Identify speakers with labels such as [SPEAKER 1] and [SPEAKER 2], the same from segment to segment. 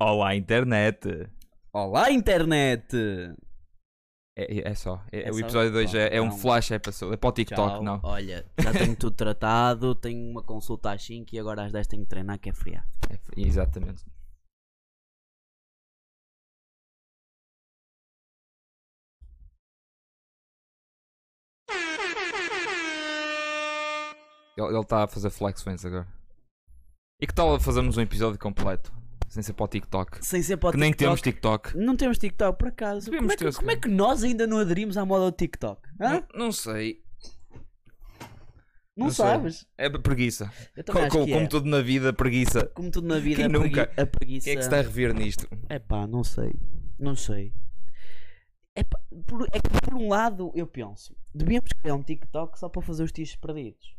[SPEAKER 1] Olá, internet!
[SPEAKER 2] Olá, internet!
[SPEAKER 1] É, é só. É-
[SPEAKER 2] É
[SPEAKER 1] o
[SPEAKER 2] só?
[SPEAKER 1] episódio 2 é, é um
[SPEAKER 2] Não.
[SPEAKER 1] flash, é para, é para o TikTok,
[SPEAKER 2] Tchau.
[SPEAKER 1] não.
[SPEAKER 2] Olha, já tenho tudo tratado, tenho uma consulta às 5 e agora às 10 tenho que treinar que é feriado.
[SPEAKER 1] É, exatamente. Ele ele está a fazer flexões agora. E que tal fazermos um episódio completo? Sem ser para o TikTok.
[SPEAKER 2] Sem ser para o
[SPEAKER 1] que nem temos
[SPEAKER 2] TikTok.
[SPEAKER 1] TikTok.
[SPEAKER 2] Não temos TikTok por acaso.
[SPEAKER 1] Devíamos
[SPEAKER 2] Como é, que,
[SPEAKER 1] ter, se
[SPEAKER 2] como é que nós ainda não aderimos à moda do TikTok? Hã?
[SPEAKER 1] Não, não sei.
[SPEAKER 2] Não,
[SPEAKER 1] não sei.
[SPEAKER 2] sabes?
[SPEAKER 1] É preguiça.
[SPEAKER 2] Eu também
[SPEAKER 1] Como,
[SPEAKER 2] acho
[SPEAKER 1] como-
[SPEAKER 2] que é.
[SPEAKER 1] como tudo na vida, preguiça.
[SPEAKER 2] Como tudo na vida,
[SPEAKER 1] Quem
[SPEAKER 2] a, pregui-
[SPEAKER 1] nunca?
[SPEAKER 2] a preguiça.
[SPEAKER 1] Quem é que se está a rever nisto?
[SPEAKER 2] Epá, não sei. Não sei. Epá, por- é que por um lado eu penso, devíamos criar um TikTok só para fazer os tios perdidos.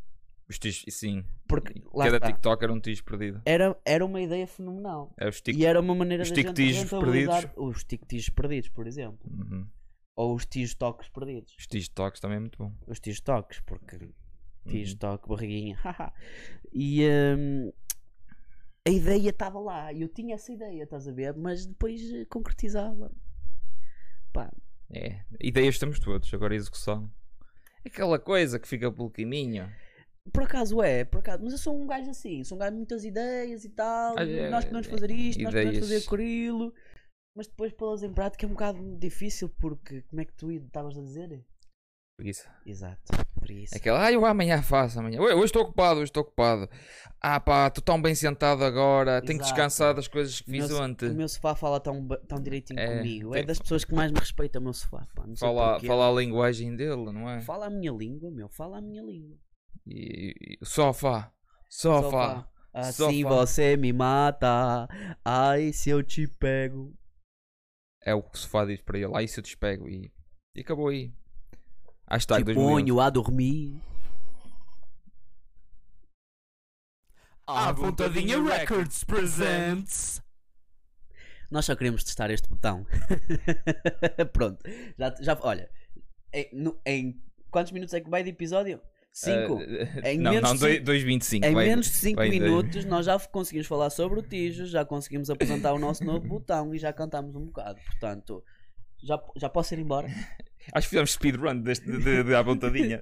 [SPEAKER 1] Os tios, sim.
[SPEAKER 2] Porque lá
[SPEAKER 1] Cada
[SPEAKER 2] está.
[SPEAKER 1] TikTok era um tijo perdido.
[SPEAKER 2] Era, era uma ideia fenomenal.
[SPEAKER 1] É os tic...
[SPEAKER 2] E era uma maneira
[SPEAKER 1] os
[SPEAKER 2] de
[SPEAKER 1] tic-tis perdidos.
[SPEAKER 2] Os tic-tis perdidos, por exemplo.
[SPEAKER 1] Uhum.
[SPEAKER 2] Ou os tis-toques perdidos.
[SPEAKER 1] Os tijo toques também é muito bom.
[SPEAKER 2] Os tis-toques, porque tis
[SPEAKER 1] Uhum.
[SPEAKER 2] toque, barriguinha. haha. e hum, a ideia estava lá. Eu tinha essa ideia, estás a ver? Mas depois eh, concretizá-la.
[SPEAKER 1] É. Ideias temos todos, agora a execução. Aquela coisa que fica pelo caminho.
[SPEAKER 2] Por acaso é, por acaso. Mas eu sou um gajo assim, sou um gajo de muitas ideias e tal.
[SPEAKER 1] Ah, é,
[SPEAKER 2] nós podemos fazer isto, nós podemos
[SPEAKER 1] ideias.
[SPEAKER 2] fazer aquilo. Mas depois pô-las em prática é um bocado difícil porque como é que tu estavas a dizer?
[SPEAKER 1] Preguiça.
[SPEAKER 2] Exato, por isso.
[SPEAKER 1] Aquela, ah, eu amanhã faço, amanhã. Ué, hoje estou ocupado, hoje estou ocupado. Ah pá, estou tão bem sentado agora, tenho que
[SPEAKER 2] Exato.
[SPEAKER 1] descansar das coisas que
[SPEAKER 2] O meu
[SPEAKER 1] fiz
[SPEAKER 2] so- O
[SPEAKER 1] ontem.
[SPEAKER 2] meu sofá fala tão, ba- tão direitinho
[SPEAKER 1] É,
[SPEAKER 2] comigo. É
[SPEAKER 1] tem-
[SPEAKER 2] das pessoas que mais me respeitam o meu sofá. pá, não sei
[SPEAKER 1] Fala,
[SPEAKER 2] porquê.
[SPEAKER 1] fala a linguagem dele, não é?
[SPEAKER 2] Fala a minha língua, meu. Fala a minha língua.
[SPEAKER 1] E, e- sofá. Sofá.
[SPEAKER 2] Assim
[SPEAKER 1] Sofá.
[SPEAKER 2] você me mata. Ai, se eu te pego.
[SPEAKER 1] É o que o sofá diz para ele. Aí se eu despego e, e acabou aí. Hashtag
[SPEAKER 2] te
[SPEAKER 1] 2011.
[SPEAKER 2] ponho a dormir.
[SPEAKER 1] À Vontadinha Records
[SPEAKER 2] presents. Nós só queremos testar este botão. Pronto. Já, já, olha, em, no- em quantos minutos é que vai de episódio? 5?
[SPEAKER 1] Ah,
[SPEAKER 2] Em
[SPEAKER 1] não,
[SPEAKER 2] menos
[SPEAKER 1] não,
[SPEAKER 2] de
[SPEAKER 1] dois-
[SPEAKER 2] cinco-
[SPEAKER 1] 2,25.
[SPEAKER 2] Em
[SPEAKER 1] vai-
[SPEAKER 2] menos de 5
[SPEAKER 1] vai daí.
[SPEAKER 2] minutos nós já conseguimos falar sobre o Tijo, já conseguimos apresentar o nosso novo botão e já cantámos um bocado. Portanto, já, já posso ir embora?
[SPEAKER 1] Acho que fizemos speedrun deste, de, de à vontadinha.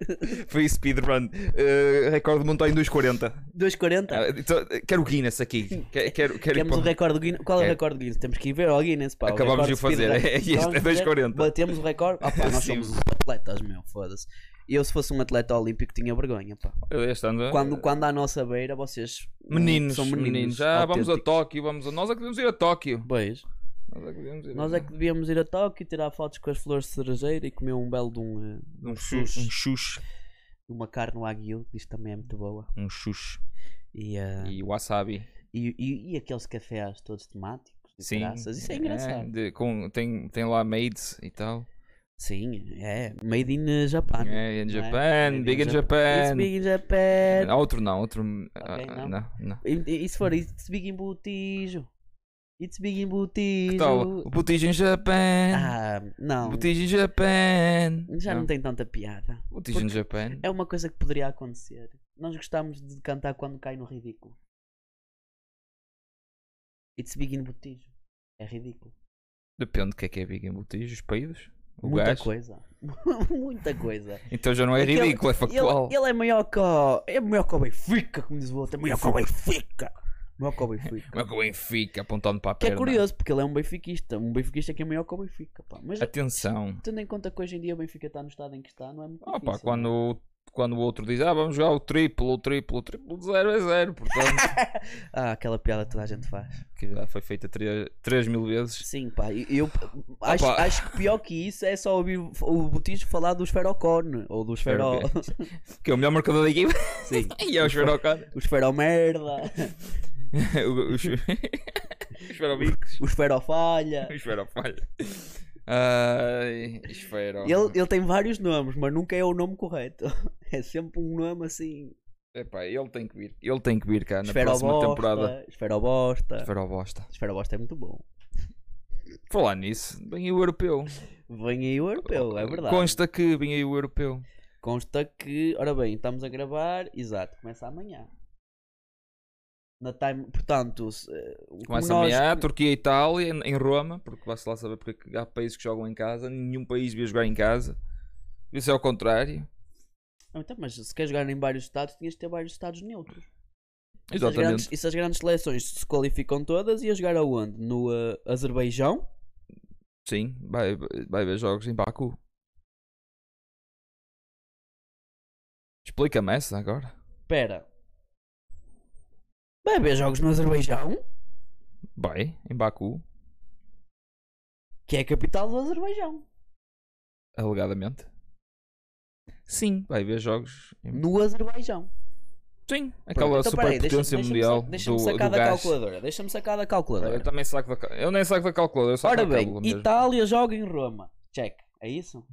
[SPEAKER 1] Foi speedrun. Uh, recorde montar em 2,40.
[SPEAKER 2] 2.40?
[SPEAKER 1] Ah, então, eh, quero o Guinness aqui. Que- Quero, quero, ir
[SPEAKER 2] Temos
[SPEAKER 1] para-
[SPEAKER 2] Tá. o recorde do Guinness. Qual é o
[SPEAKER 1] É.
[SPEAKER 2] recorde do Guinness? Temos que ir ver ao Guinness. Pá. O
[SPEAKER 1] Acabámos de o
[SPEAKER 2] recorde
[SPEAKER 1] fazer.
[SPEAKER 2] speedrun.
[SPEAKER 1] É este, é
[SPEAKER 2] Acabámos de ver,
[SPEAKER 1] 2.40.
[SPEAKER 2] Batemos o recorde. Ah, pá, nós
[SPEAKER 1] Sim.
[SPEAKER 2] somos os atletas, meu, foda-se. Eu, se fosse um atleta olímpico, tinha vergonha. Pá.
[SPEAKER 1] Eu este ano, eh,
[SPEAKER 2] Quando, quando à nossa beira, vocês hum,
[SPEAKER 1] Meninos,
[SPEAKER 2] são
[SPEAKER 1] meninos,
[SPEAKER 2] meninos.
[SPEAKER 1] já vamos a
[SPEAKER 2] autênticos.
[SPEAKER 1] Tóquio, vamos a... nós é que devemos ir a Tóquio.
[SPEAKER 2] Pois.
[SPEAKER 1] Nós é que devemos ir
[SPEAKER 2] Nós
[SPEAKER 1] a...
[SPEAKER 2] é que devíamos ir a Tóquio, tirar fotos com as flores de cerejeira e comer um belo de um, eh,
[SPEAKER 1] um xuxa, um xuxa,
[SPEAKER 2] uma carne wagyu, que isto também é muito boa.
[SPEAKER 1] um xuxa
[SPEAKER 2] E, eh,
[SPEAKER 1] e wasabi.
[SPEAKER 2] e, e, e aqueles cafés todos temáticos. e
[SPEAKER 1] Sim,
[SPEAKER 2] caraças, Isso é engraçado.
[SPEAKER 1] de- com, tem, tem lá maids e tal.
[SPEAKER 2] Sim, é. Made in eh, Japan.
[SPEAKER 1] É, in
[SPEAKER 2] não é?
[SPEAKER 1] Japan,
[SPEAKER 2] Made in
[SPEAKER 1] big in
[SPEAKER 2] Jap- It's
[SPEAKER 1] Japan.
[SPEAKER 2] big in Japan.
[SPEAKER 1] Ah, Outro não, outro. ah,
[SPEAKER 2] Ok, não.
[SPEAKER 1] não, não.
[SPEAKER 2] E, e se for It's big in Botijo. It's big
[SPEAKER 1] Que
[SPEAKER 2] in
[SPEAKER 1] tal?
[SPEAKER 2] Botijo.
[SPEAKER 1] Então, O Botijo em Japan.
[SPEAKER 2] Ah, não.
[SPEAKER 1] Botijo em Japan.
[SPEAKER 2] Já não. tem tanta piada.
[SPEAKER 1] Botijo em
[SPEAKER 2] porque
[SPEAKER 1] Japan.
[SPEAKER 2] É uma coisa que poderia acontecer. Nós gostamos de cantar quando cai no ridículo. It's big in Botijo. É ridículo.
[SPEAKER 1] Depende do que é que é Big em Botijo, os paídos, o
[SPEAKER 2] Muita
[SPEAKER 1] gás.
[SPEAKER 2] coisa. Muita coisa.
[SPEAKER 1] Então já não é
[SPEAKER 2] Aquele-
[SPEAKER 1] ridículo, é
[SPEAKER 2] Ele,
[SPEAKER 1] factual.
[SPEAKER 2] ele é maior que o. É maior que o Benfica, como diz o outro. É maior que o Benfica. Maior que o Benfica.
[SPEAKER 1] Como é que o Benfica apontando para a
[SPEAKER 2] Que
[SPEAKER 1] perna?
[SPEAKER 2] é curioso, porque ele é um benfiquista. Um benfiquista que é maior que o Benfica. Pá. Mas
[SPEAKER 1] É. Atenção.
[SPEAKER 2] tendo em conta que hoje em dia o Benfica está no estado em que está, não é muito
[SPEAKER 1] Opa,
[SPEAKER 2] difícil.
[SPEAKER 1] Ah, quando, o- quando o outro diz, ah, vamos jogar o triplo, o triplo, o triplo de 0 a 0. Portanto,
[SPEAKER 2] Ah, aquela piada que toda a gente faz.
[SPEAKER 1] que já foi feita 3 mil vezes.
[SPEAKER 2] Sim, pá. e- Eu acho,
[SPEAKER 1] Opa.
[SPEAKER 2] acho que pior que isso é só ouvir o- o Botijo falar do Esferocone. Ou do Esferó...
[SPEAKER 1] Que é o melhor marcador da equipa.
[SPEAKER 2] Sim.
[SPEAKER 1] e é o Xerocano.
[SPEAKER 2] O Esferomerda.
[SPEAKER 1] O- Os esferobicos.
[SPEAKER 2] O Esferofalha.
[SPEAKER 1] O esferofalho. Ai, esfero.
[SPEAKER 2] Ele, ele tem vários nomes, mas nunca é o nome correto. É sempre um nome assim.
[SPEAKER 1] Epá, ele tem que vir. Ele tem que vir cá na próxima temporada.
[SPEAKER 2] Esferobosta. Esferobosta.
[SPEAKER 1] Esferobosta.
[SPEAKER 2] Esferobosta é muito bom.
[SPEAKER 1] Falar nisso, vem aí o europeu.
[SPEAKER 2] Vem aí o europeu, é verdade.
[SPEAKER 1] Consta que vem aí o europeu.
[SPEAKER 2] Consta que, ora bem, estamos a gravar, exato, começa amanhã. Na time, portanto, se, eh, como
[SPEAKER 1] Começa
[SPEAKER 2] nós-
[SPEAKER 1] a Turquia e Itália, em- em Roma, porque vai-se lá saber porque é que há países que jogam em casa, nenhum país devia jogar em casa. Devia ser ao contrário.
[SPEAKER 2] Ah, então, mas se queres jogar em vários estados, tinhas de ter vários estados neutros. E se as
[SPEAKER 1] Exatamente.
[SPEAKER 2] grandes- E se as grandes seleções se qualificam todas, ia jogar aonde? No eh, Azerbaijão?
[SPEAKER 1] Sim, vai, vai haver jogos em Baku. Explica-me essa agora.
[SPEAKER 2] Espera. Vai haver jogos no Azerbaijão?
[SPEAKER 1] Vai, em Baku,
[SPEAKER 2] Que é a capital do Azerbaijão.
[SPEAKER 1] alegadamente. Sim, vai haver jogos em...
[SPEAKER 2] No Azerbaijão.
[SPEAKER 1] Sim, aquela
[SPEAKER 2] Então, peraí,
[SPEAKER 1] superpotência
[SPEAKER 2] deixa- deixa-me
[SPEAKER 1] mundial
[SPEAKER 2] sa- Deixa-me
[SPEAKER 1] do,
[SPEAKER 2] sacar
[SPEAKER 1] do
[SPEAKER 2] da
[SPEAKER 1] gás.
[SPEAKER 2] calculadora. Deixa-me sacar da
[SPEAKER 1] Eu
[SPEAKER 2] calculadora.
[SPEAKER 1] também saco da cal- Eu nem saco da calculadora, eu saco
[SPEAKER 2] Ora
[SPEAKER 1] da
[SPEAKER 2] bem,
[SPEAKER 1] cábula mesmo.
[SPEAKER 2] Itália joga em Roma. Check. É isso?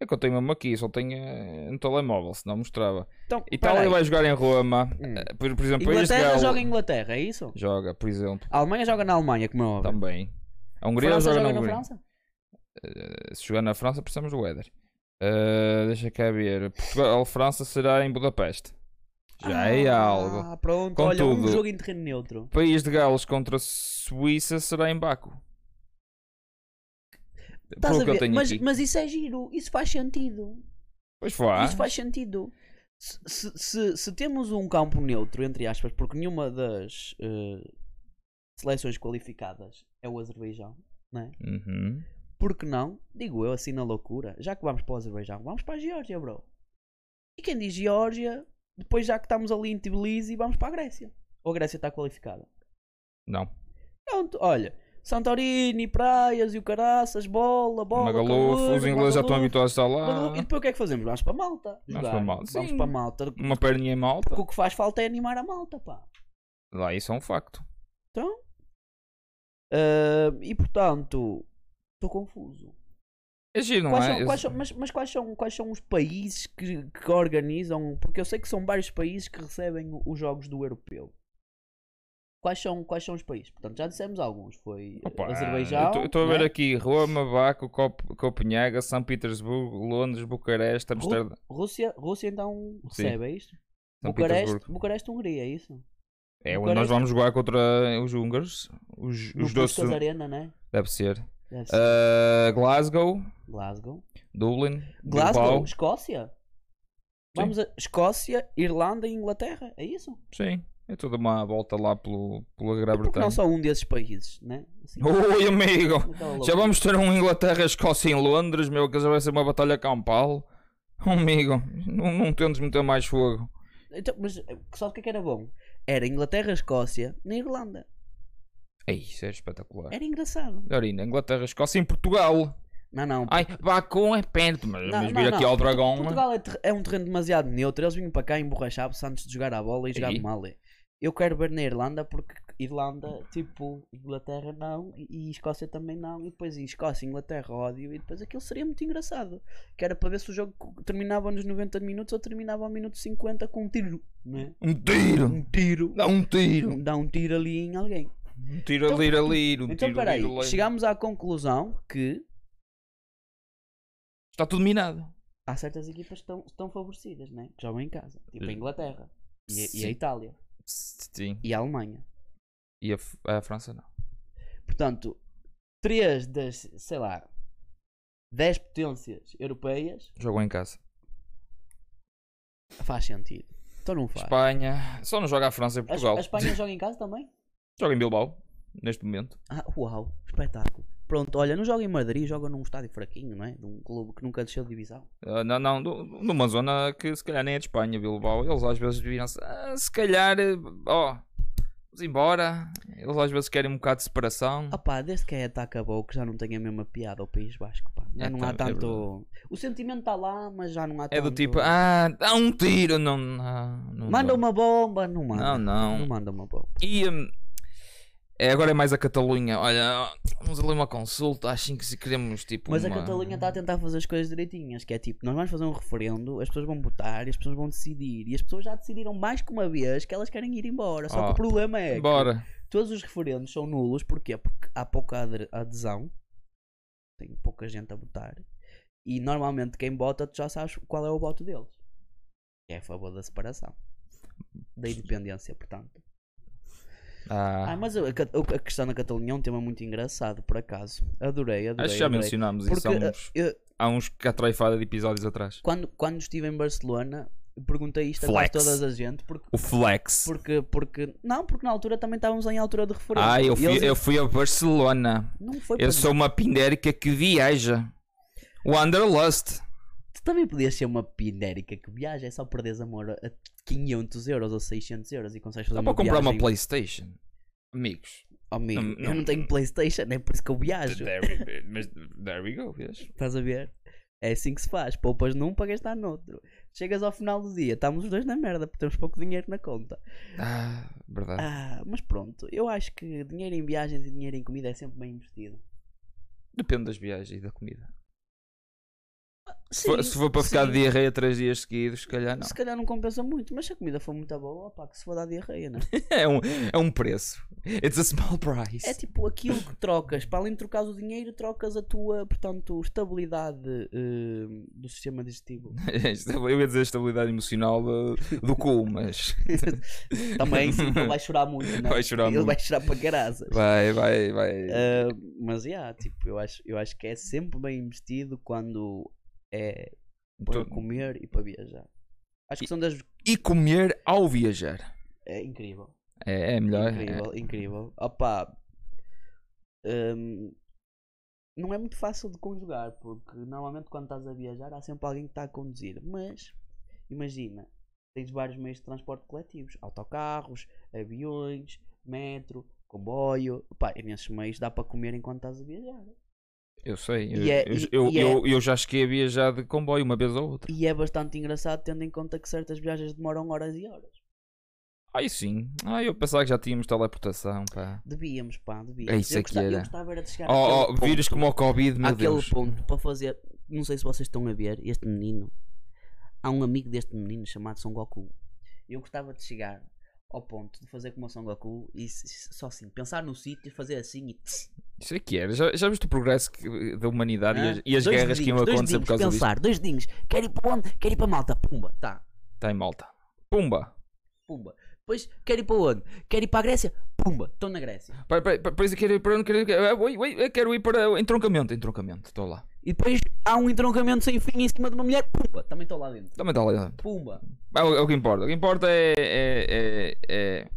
[SPEAKER 1] É que eu tenho mesmo aqui, só tenho eh, no telemóvel, se não mostrava.
[SPEAKER 2] Então,
[SPEAKER 1] Itália
[SPEAKER 2] peraí.
[SPEAKER 1] vai jogar em Roma.
[SPEAKER 2] Hum.
[SPEAKER 1] eh, Por, por exemplo, este
[SPEAKER 2] Inglaterra
[SPEAKER 1] galo-
[SPEAKER 2] joga em Inglaterra, é isso?
[SPEAKER 1] Joga, por exemplo,
[SPEAKER 2] A Alemanha joga na Alemanha, como é óbvio.
[SPEAKER 1] também. A Tá, Hungria
[SPEAKER 2] França
[SPEAKER 1] joga,
[SPEAKER 2] joga
[SPEAKER 1] na
[SPEAKER 2] na
[SPEAKER 1] Hungria.
[SPEAKER 2] França?
[SPEAKER 1] Eh, se jogar na França, precisamos do Éder. Eh, deixa cá ver. Portugal-França será em Budapeste. Já é algo.
[SPEAKER 2] Ah, pronto. Olha, um
[SPEAKER 1] Contudo-
[SPEAKER 2] jogo em terreno neutro.
[SPEAKER 1] País de Gales contra Suíça será em Baco.
[SPEAKER 2] Estás
[SPEAKER 1] Pelo
[SPEAKER 2] a
[SPEAKER 1] que eu
[SPEAKER 2] ver?
[SPEAKER 1] tenho
[SPEAKER 2] Mas,
[SPEAKER 1] aqui.
[SPEAKER 2] mas isso é giro, isso faz sentido.
[SPEAKER 1] Pois vá.
[SPEAKER 2] Isso faz sentido. Se, se- se- se temos um campo neutro, entre aspas, porque nenhuma das eh, seleções qualificadas é o Azerbaijão,
[SPEAKER 1] Uhum.
[SPEAKER 2] por que não? Digo eu assim na loucura, já que vamos para o Azerbaijão, vamos para a Geórgia, bro. E quem diz Geórgia, depois já que estamos ali em Tbilisi, vamos para a Grécia. Ou a Grécia está qualificada.
[SPEAKER 1] Não.
[SPEAKER 2] Pronto, olha. Santorini, praias e o caraças, bola, bola.
[SPEAKER 1] Magaluf, os
[SPEAKER 2] calor,
[SPEAKER 1] ingleses já estão
[SPEAKER 2] Magaluf.
[SPEAKER 1] habituados a estar
[SPEAKER 2] Magaluf. E
[SPEAKER 1] lá.
[SPEAKER 2] depois o que é que fazemos? Vamos para Malta.
[SPEAKER 1] Vamos
[SPEAKER 2] jogar.
[SPEAKER 1] para Malta,
[SPEAKER 2] Vamos
[SPEAKER 1] sim.
[SPEAKER 2] para Malta.
[SPEAKER 1] Uma perninha em Malta.
[SPEAKER 2] Porque o que faz falta é animar a Malta, pá.
[SPEAKER 1] Lá isso é um facto.
[SPEAKER 2] Então. ah, e portanto, estou confuso.
[SPEAKER 1] É giro, não
[SPEAKER 2] Quais
[SPEAKER 1] é?
[SPEAKER 2] são-
[SPEAKER 1] Esse-
[SPEAKER 2] quais são- mas mas quais, são, quais são os países que, que organizam? Porque eu sei que são vários países que recebem o- os jogos do europeu. Quais são, quais são os países? Portanto, já dissemos alguns. Foi eh,
[SPEAKER 1] Opa,
[SPEAKER 2] Azerbaijão.
[SPEAKER 1] eu Estou a
[SPEAKER 2] não é?
[SPEAKER 1] ver aqui Roma, Baco, Cop Copenhaga, São Petersburgo, Londres, Bucareste, Amsterdã.
[SPEAKER 2] Rússia, Rússia então recebe, é isto?
[SPEAKER 1] São
[SPEAKER 2] Bucareste,
[SPEAKER 1] Petersburgo.
[SPEAKER 2] Bucareste, Hungria, é isso?
[SPEAKER 1] É onde
[SPEAKER 2] Bucareste.
[SPEAKER 1] nós vamos jogar contra os húngaros. Os,
[SPEAKER 2] No
[SPEAKER 1] os doces.
[SPEAKER 2] Puskas Arena, né?
[SPEAKER 1] Deve ser.
[SPEAKER 2] Deve ser.
[SPEAKER 1] Ah, Glasgow,
[SPEAKER 2] Glasgow.
[SPEAKER 1] Dublin,
[SPEAKER 2] Glasgow,
[SPEAKER 1] Bilbao.
[SPEAKER 2] Escócia? Vamos a Escócia, Irlanda e Inglaterra, é isso?
[SPEAKER 1] Sim, é toda uma volta lá pelo, pela
[SPEAKER 2] E por que não
[SPEAKER 1] Grã-Bretanha.
[SPEAKER 2] só um desses países, né? Assim,
[SPEAKER 1] Oi, amigo!
[SPEAKER 2] naquela
[SPEAKER 1] Oh, Já
[SPEAKER 2] loucura.
[SPEAKER 1] vamos ter um Inglaterra, Escócia em Londres, meu, que já vai ser uma batalha campal. Oh, amigo, não, não tentes meter mais fogo.
[SPEAKER 2] Então, mas eh, sabe o que é que era bom? Era Inglaterra, Escócia na Irlanda.
[SPEAKER 1] Ei, isso é espetacular.
[SPEAKER 2] Era engraçado.
[SPEAKER 1] Melhor ainda, Inglaterra, Escócia em Portugal.
[SPEAKER 2] Não, não.
[SPEAKER 1] Ai, Baku é perto, mas,
[SPEAKER 2] Não,
[SPEAKER 1] mas
[SPEAKER 2] não,
[SPEAKER 1] vir aqui
[SPEAKER 2] não.
[SPEAKER 1] ao Dragão. né?
[SPEAKER 2] Portugal é, ter- é um terreno demasiado neutro. Eles vinham para cá emborrachavam-se antes de jogar a bola e jogar
[SPEAKER 1] Aí.
[SPEAKER 2] mal. Eu quero ver na Irlanda porque Irlanda, tipo, Inglaterra não e- e Escócia também não. E depois em Escócia, Inglaterra, ódio. E depois aquilo seria muito engraçado. Que era para ver se o jogo co- terminava nos 90 minutos ou terminava ao minuto 50 com um tiro, né?
[SPEAKER 1] Um tiro!
[SPEAKER 2] Um tiro.
[SPEAKER 1] Dá um tiro!
[SPEAKER 2] Dá um tiro ali em alguém.
[SPEAKER 1] Um tiro
[SPEAKER 2] Então-
[SPEAKER 1] a lir a lir, um
[SPEAKER 2] Então,
[SPEAKER 1] tiro a
[SPEAKER 2] peraí,
[SPEAKER 1] lir a lir.
[SPEAKER 2] chegámos à conclusão que
[SPEAKER 1] Está tudo minado.
[SPEAKER 2] há certas equipas que estão, estão favorecidas, né? que jogam em casa, tipo a
[SPEAKER 1] Sim.
[SPEAKER 2] Inglaterra e, a- e a
[SPEAKER 1] Sim.
[SPEAKER 2] Itália
[SPEAKER 1] Sim.
[SPEAKER 2] e a Alemanha.
[SPEAKER 1] E a, F- a França não.
[SPEAKER 2] Portanto, três das, sei lá, 10 potências europeias
[SPEAKER 1] Jogou em casa.
[SPEAKER 2] faz sentido. Então não faz.
[SPEAKER 1] Espanha. Só não joga a França e
[SPEAKER 2] A,
[SPEAKER 1] Portugal.
[SPEAKER 2] a Espanha joga em casa também?
[SPEAKER 1] Joga em Bilbao, neste momento.
[SPEAKER 2] Ah, uau, espetáculo. Pronto, olha, não joga em Madrid, joga num estádio fraquinho, não é? De um clube que nunca desceu de divisão.
[SPEAKER 1] Ah, não, não, do- numa zona que se calhar nem é de Espanha, Bilbao. Eles às vezes viram-se. "Ah, se calhar, eh, ó, vamos embora. Eles às vezes querem um bocado de separação.
[SPEAKER 2] Ah pá, desde que a ETA acabou que já não tem a mesma piada ao País Vasco, pá. Já
[SPEAKER 1] É,
[SPEAKER 2] não
[SPEAKER 1] tá-
[SPEAKER 2] há
[SPEAKER 1] é
[SPEAKER 2] tanto... o sentimento está lá, mas já não há tanto...
[SPEAKER 1] é do tipo, ah, dá um tiro. Não, não, não
[SPEAKER 2] Manda
[SPEAKER 1] dá.
[SPEAKER 2] uma bomba, não manda.
[SPEAKER 1] Não, não.
[SPEAKER 2] Não manda uma bomba.
[SPEAKER 1] E hum, é, agora é mais a Catalunha. Olha, ó, vamos ali uma consulta. Acho que se queremos tipo.
[SPEAKER 2] Mas a
[SPEAKER 1] uma-
[SPEAKER 2] Catalunha tá está a tentar fazer as coisas direitinhas, que é tipo, nós vamos fazer um referendo, as pessoas vão votar, e as pessoas vão decidir, e as pessoas já decidiram mais que uma vez que elas querem ir embora. Só que
[SPEAKER 1] Oh,
[SPEAKER 2] o problema é que
[SPEAKER 1] Bora.
[SPEAKER 2] todos os referendos são nulos, porquê? Porque há pouca adre- adesão, tem pouca gente a votar, e normalmente quem vota tu já sabes qual é o voto deles. É a favor da separação. Da independência, portanto.
[SPEAKER 1] Ah,
[SPEAKER 2] Ah, mas a, a- a questão da Catalunha é um tema muito engraçado, por acaso. Adorei, adorei.
[SPEAKER 1] acho que já
[SPEAKER 2] adorei.
[SPEAKER 1] mencionámos isso há
[SPEAKER 2] Porque eh,
[SPEAKER 1] uns,
[SPEAKER 2] eu-
[SPEAKER 1] há uns catraifada de episódios atrás.
[SPEAKER 2] quando, quando estive em Barcelona, perguntei isto a
[SPEAKER 1] Flex.
[SPEAKER 2] quase todas as gente, porque,
[SPEAKER 1] O Flex.
[SPEAKER 2] porque, porque. Não, porque na altura também estávamos em altura de referência.
[SPEAKER 1] Ah, eu
[SPEAKER 2] E
[SPEAKER 1] fui,
[SPEAKER 2] eles-
[SPEAKER 1] eu fui a Barcelona.
[SPEAKER 2] Não foi
[SPEAKER 1] Eu
[SPEAKER 2] para-
[SPEAKER 1] sou uma pindérica que viaja. Wanderlust.
[SPEAKER 2] Tu também podias ser uma pindérica que viaja, é só perderes amor a 500 euros ou 600 euros e consegues fazer
[SPEAKER 1] Dá
[SPEAKER 2] uma
[SPEAKER 1] para comprar uma
[SPEAKER 2] viagem.
[SPEAKER 1] Playstation. Amigos.
[SPEAKER 2] Oh, amigo,
[SPEAKER 1] Não,
[SPEAKER 2] eu
[SPEAKER 1] não.
[SPEAKER 2] não tenho Playstation, é por isso que eu viajo.
[SPEAKER 1] There we, mas there we go, vês?
[SPEAKER 2] Estás a ver? É assim que se faz. Poupas num para gastar noutro. Chegas ao final do dia, estamos os dois na merda porque temos pouco dinheiro na conta.
[SPEAKER 1] Ah, verdade.
[SPEAKER 2] Ah, mas pronto, eu acho que dinheiro em viagens e dinheiro em comida é sempre bem investido.
[SPEAKER 1] Depende das viagens e da comida. Se
[SPEAKER 2] Sim,
[SPEAKER 1] for, se for para ficar
[SPEAKER 2] sim.
[SPEAKER 1] de diarreia 3 dias seguidos, se calhar não.
[SPEAKER 2] Se calhar não compensa muito, mas se a comida for muito boa, opá, que se for dar diarreia, não é?
[SPEAKER 1] É um, é um preço. It's a small price.
[SPEAKER 2] É tipo aquilo que trocas, para além de trocares o dinheiro, trocas a tua, portanto, estabilidade eh, do sistema digestivo.
[SPEAKER 1] Eu ia dizer estabilidade emocional uh, do cu, mas
[SPEAKER 2] Também, sim, ele vai chorar muito, não é?
[SPEAKER 1] Vai chorar
[SPEAKER 2] Ele
[SPEAKER 1] muito.
[SPEAKER 2] vai chorar para caraças.
[SPEAKER 1] vai, vai, vai.
[SPEAKER 2] Ah, mas, yeah, tipo, eu acho, eu acho que é sempre bem investido quando é para
[SPEAKER 1] Tu-
[SPEAKER 2] comer e para viajar. Acho que são das...
[SPEAKER 1] E comer ao viajar.
[SPEAKER 2] É incrível.
[SPEAKER 1] É, é melhor. é.
[SPEAKER 2] Incrível, incrível. Opa, hum, não é muito fácil de conjugar, porque normalmente quando estás a viajar há sempre alguém que está a conduzir. Mas, imagina, tens vários meios de transporte coletivos: autocarros, aviões, metro, comboio. Opa, e nesses meios dá para comer enquanto estás a viajar.
[SPEAKER 1] Eu sei. Eu,
[SPEAKER 2] E é-
[SPEAKER 1] eu,
[SPEAKER 2] e-
[SPEAKER 1] eu,
[SPEAKER 2] e é-
[SPEAKER 1] eu- eu já cheguei a viajar de comboio uma vez ou outra.
[SPEAKER 2] E é bastante engraçado, tendo em conta que certas viagens demoram horas e horas.
[SPEAKER 1] Ai sim. Ai, eu pensava que já tínhamos teleportação, pá.
[SPEAKER 2] Devíamos, pá, devíamos.
[SPEAKER 1] É isso
[SPEAKER 2] eu,
[SPEAKER 1] é que
[SPEAKER 2] gostava, eu
[SPEAKER 1] era.
[SPEAKER 2] gostava era de chegar àquele
[SPEAKER 1] Oh, oh, vírus
[SPEAKER 2] ponto.
[SPEAKER 1] como o Covid, meu
[SPEAKER 2] Aquele
[SPEAKER 1] Deus.
[SPEAKER 2] ponto para fazer. Não sei se vocês estão a ver este menino. Há um amigo deste menino chamado Son Goku. Eu gostava de chegar ao ponto de fazer como o Son Goku e s- s- só assim, pensar no sítio, fazer assim e. tss,
[SPEAKER 1] Isso é que era. Já, já viste o progresso que- da humanidade e
[SPEAKER 2] hã?
[SPEAKER 1] as, e as
[SPEAKER 2] Dois
[SPEAKER 1] guerras que iam
[SPEAKER 2] dedinhos, dois
[SPEAKER 1] acontecer por
[SPEAKER 2] dedinhos,
[SPEAKER 1] causa disso?
[SPEAKER 2] pensar, dois dinhos. Quero ir para onde? Quero ir para Malta. Pumba, tá.
[SPEAKER 1] Tem malta. Pumba.
[SPEAKER 2] Pumba. Depois, quero ir para onde? Quero ir para a Grécia? Pumba, estou na Grécia.
[SPEAKER 1] Para, para, para, para, quero ir para onde? Quero ir- ah, ui, ui, eu quero ir para o entroncamento. Entroncamento, estou lá.
[SPEAKER 2] E depois há um entroncamento sem fim em cima de uma mulher? Pumba, também estou lá dentro.
[SPEAKER 1] Também está lá dentro.
[SPEAKER 2] Pumba.
[SPEAKER 1] Ah, o, o que importa. O que importa é. é, é, é...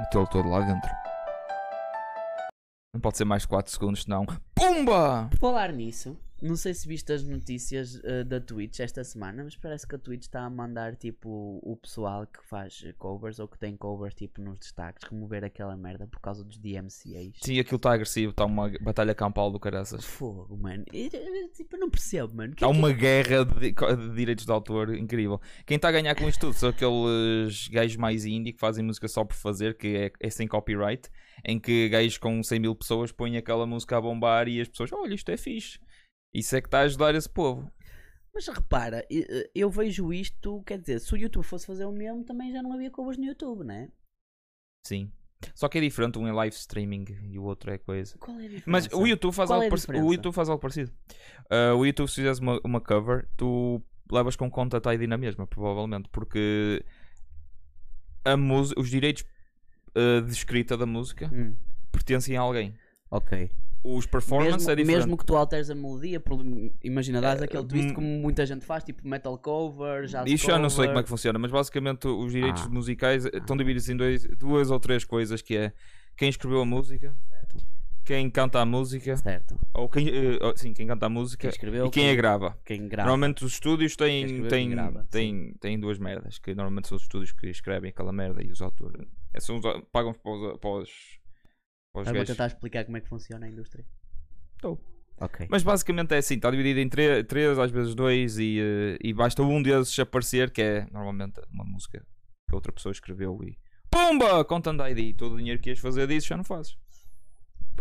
[SPEAKER 1] Metê-lo todo lá dentro. Não pode ser mais de 4 segundos, senão. Pumba!
[SPEAKER 2] Por falar nisso, não sei se viste as notícias eh, da Twitch esta semana, mas parece que a Twitch está a mandar tipo o pessoal que faz eh, covers ou que tem covers tipo nos destaques remover aquela merda por causa dos DMCAs.
[SPEAKER 1] Sim, aquilo está agressivo, está uma batalha campal do caraças.
[SPEAKER 2] Fogo, mano. Eu, eu- tipo, eu não percebo, mano. Que-
[SPEAKER 1] Há uma guerra de, de direitos de autor incrível. Quem está a ganhar com isto tudo são aqueles gajos mais indie que fazem música só por fazer, que é, é sem copyright, em que gajos com 100 mil pessoas põem aquela música a bombar e as pessoas, olha, isto é fixe. Isso é que está a ajudar esse povo.
[SPEAKER 2] Mas repara, e- e- eu, vejo isto, quer dizer, se o YouTube fosse fazer o mesmo, também já não havia covers no YouTube, né?
[SPEAKER 1] Sim. Só que é diferente, um é live streaming e o outro é coisa.
[SPEAKER 2] Qual é a diferença?
[SPEAKER 1] Mas o YouTube faz,
[SPEAKER 2] Qual
[SPEAKER 1] algo,
[SPEAKER 2] é a
[SPEAKER 1] parecido. o
[SPEAKER 2] diferença?
[SPEAKER 1] YouTube faz algo parecido. Ah, o YouTube, se fizeres uma, uma cover, tu levas com conta ID na mesma, provavelmente, porque a mus- os direitos ah, de escrita da música
[SPEAKER 2] Hum,
[SPEAKER 1] pertencem a alguém.
[SPEAKER 2] ok.
[SPEAKER 1] Os performance
[SPEAKER 2] Mesmo,
[SPEAKER 1] é diferente.
[SPEAKER 2] mesmo que tu alteres a melodia, por- imagina, dás aquele twist
[SPEAKER 1] hum.
[SPEAKER 2] como muita gente faz, tipo metal cover, jazz
[SPEAKER 1] Isso já não sei
[SPEAKER 2] cover.
[SPEAKER 1] como é que funciona, mas basicamente os direitos
[SPEAKER 2] Ah.
[SPEAKER 1] musicais eh, estão divididos em dois, duas ou três coisas, que é quem escreveu a música, quem canta a música,
[SPEAKER 2] Certo.
[SPEAKER 1] ou quem, eh, ou- sim, quem canta a música
[SPEAKER 2] Quem escreveu,
[SPEAKER 1] e quem a grava.
[SPEAKER 2] quem grava.
[SPEAKER 1] Normalmente os estúdios
[SPEAKER 2] Quem
[SPEAKER 1] têm,
[SPEAKER 2] escreveu,
[SPEAKER 1] têm,
[SPEAKER 2] quem grava,
[SPEAKER 1] têm, têm duas merdas, que normalmente são os estúdios que escrevem aquela merda e os autores eh, são os, au- pagam para os, para os, para os
[SPEAKER 2] Agora vou
[SPEAKER 1] gajos.
[SPEAKER 2] tentar explicar como é que funciona a indústria.
[SPEAKER 1] Tô.
[SPEAKER 2] Ok.
[SPEAKER 1] Mas basicamente é assim, está dividido em tre- três, às vezes dois, e, eh, e basta um desses aparecer, que é normalmente uma música que outra pessoa escreveu e PUMBA! Contando a ID, todo o dinheiro que ias fazer disso já não fazes.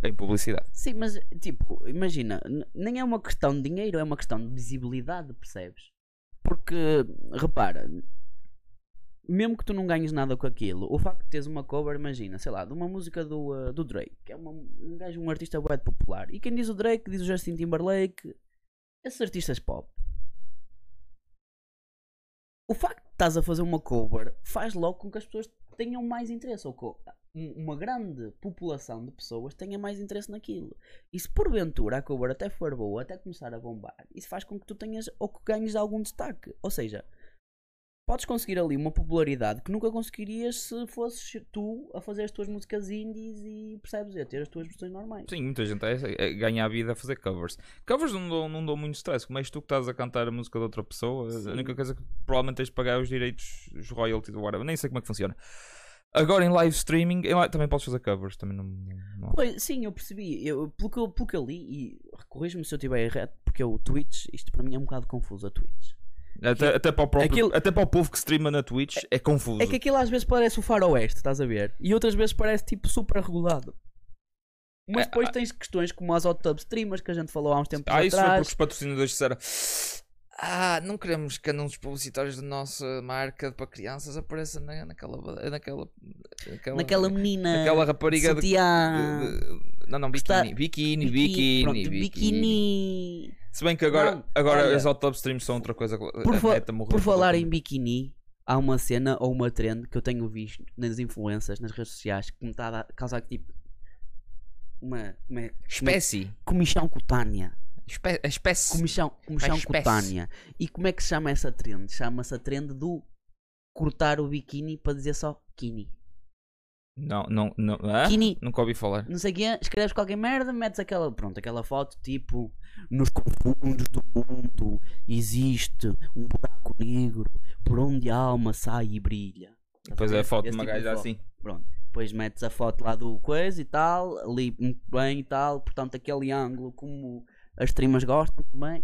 [SPEAKER 1] Em publicidade.
[SPEAKER 2] Sim, mas tipo, imagina, n- nem é uma questão de dinheiro, é uma questão de visibilidade, percebes? Porque, repara, mesmo que tu não ganhes nada com aquilo, o facto de teres uma cover, imagina, sei lá, de uma música do, uh, do Drake, que é uma- um gajo, um artista bué de popular. E quem diz o Drake, diz o Justin Timberlake, esses artistas pop. O facto de estás a fazer uma cover faz logo com que as pessoas tenham mais interesse, ou que um- uma grande população de pessoas tenha mais interesse naquilo. E se porventura a cover até for boa, até começar a bombar, isso faz com que tu tenhas ou que ganhes algum destaque. Ou seja, podes conseguir ali uma popularidade que nunca conseguirias se fosses tu a fazer as tuas músicas indies e percebes, a ter as tuas versões normais.
[SPEAKER 1] Sim, muita gente é, é- ganha a vida a fazer covers. Covers não dão, não dão muito stress, como és tu que estás a cantar a música de outra pessoa,
[SPEAKER 2] Sim.
[SPEAKER 1] a única coisa que provavelmente tens de pagar é os direitos, os royalties, whatever, nem sei como é que funciona. Agora em live streaming, em li- também podes fazer covers, também não. não-
[SPEAKER 2] Pois, sim, eu percebi. Eu, pelo, que eu, pelo que eu li, e corrijo-me se eu estiver errado, porque o Twitch, isto para mim é um bocado confuso a Twitch.
[SPEAKER 1] Até, até, para o próprio,
[SPEAKER 2] Aquilo-
[SPEAKER 1] até para o povo que streama na Twitch é, confuso.
[SPEAKER 2] É que aquilo às vezes parece o faroeste, estás a ver? E outras vezes parece tipo super regulado.
[SPEAKER 1] É,
[SPEAKER 2] Mas depois tens questões como as hot tub streamers que a gente falou há uns tempos
[SPEAKER 1] Ah, isso foi porque
[SPEAKER 2] atrás.
[SPEAKER 1] os patrocinadores disseram. Ah, não queremos que anúncios publicitários da nossa marca para crianças apareçam na, naquela, ba- naquela, naquela.
[SPEAKER 2] Naquela menina.
[SPEAKER 1] naquela rapariga de-
[SPEAKER 2] sutiã,
[SPEAKER 1] de- Não, não,
[SPEAKER 2] que
[SPEAKER 1] biquíni,
[SPEAKER 2] está-
[SPEAKER 1] biquíni,
[SPEAKER 2] biqui-
[SPEAKER 1] biquíni,
[SPEAKER 2] Ah. pronto,
[SPEAKER 1] biquíni.
[SPEAKER 2] biquíni.
[SPEAKER 1] Se bem que agora,
[SPEAKER 2] Não,
[SPEAKER 1] agora
[SPEAKER 2] olha,
[SPEAKER 1] as hot tub streams são outra coisa.
[SPEAKER 2] Por,
[SPEAKER 1] Por,
[SPEAKER 2] fa-
[SPEAKER 1] a neta morreu
[SPEAKER 2] por
[SPEAKER 1] pela
[SPEAKER 2] falar em
[SPEAKER 1] Covid.
[SPEAKER 2] biquíni, há uma cena ou uma trend que eu tenho visto nas influências, nas redes sociais, que me está a dar- causar tipo uma, uma
[SPEAKER 1] Espécie.
[SPEAKER 2] comichão cutânea.
[SPEAKER 1] Espé- a espécie.
[SPEAKER 2] Comichão, comichão
[SPEAKER 1] espécie.
[SPEAKER 2] cutânea. E como é que se chama essa trend? Chama-se a trend do cortar o biquíni para dizer só kini.
[SPEAKER 1] Não, não, não. hã?
[SPEAKER 2] Kini,
[SPEAKER 1] Nunca ouvi falar.
[SPEAKER 2] não sei o quê, escreves qualquer merda, metes aquela, pronto, aquela foto tipo nos confundos do mundo existe um buraco negro por onde a alma sai e brilha. Estás a
[SPEAKER 1] Pois é,
[SPEAKER 2] ver?
[SPEAKER 1] foto de
[SPEAKER 2] Esse
[SPEAKER 1] uma
[SPEAKER 2] tipo de
[SPEAKER 1] gaja
[SPEAKER 2] foto.
[SPEAKER 1] assim.
[SPEAKER 2] Pronto. Depois metes a foto lá do coisa e tal, ali muito bem e tal, portanto aquele ângulo como as trimas gostam também.